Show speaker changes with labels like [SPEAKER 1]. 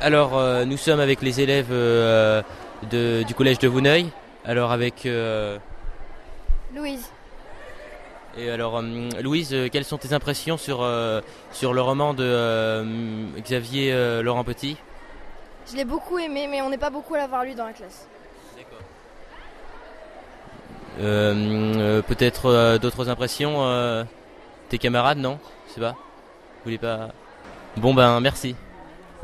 [SPEAKER 1] Alors, euh, nous sommes avec les élèves euh, de- du collège de Vouneuil. Alors, avec. euh,
[SPEAKER 2] Louise,
[SPEAKER 1] et alors, hum, Louise, euh, quelles sont tes impressions sur, euh, sur le roman de euh, hum, Xavier euh, Laurent Petit
[SPEAKER 2] je l'ai beaucoup aimé, mais on n'est pas beaucoup à l'avoir lu dans la classe.
[SPEAKER 1] Euh, hum, euh, Peut-être euh, d'autres impressions euh, Tes camarades, non Je sais pas. Vous voulez pas Bon, ben, merci.